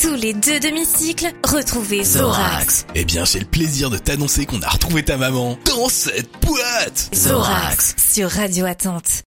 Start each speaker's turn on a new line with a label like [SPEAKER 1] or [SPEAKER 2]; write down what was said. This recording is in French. [SPEAKER 1] tous les deux demi-cycles, retrouvez Zorax.
[SPEAKER 2] Zorax. Eh bien, j'ai le plaisir de t'annoncer qu'on a retrouvé ta maman dans cette boîte.
[SPEAKER 1] Zorax sur Radio Attente.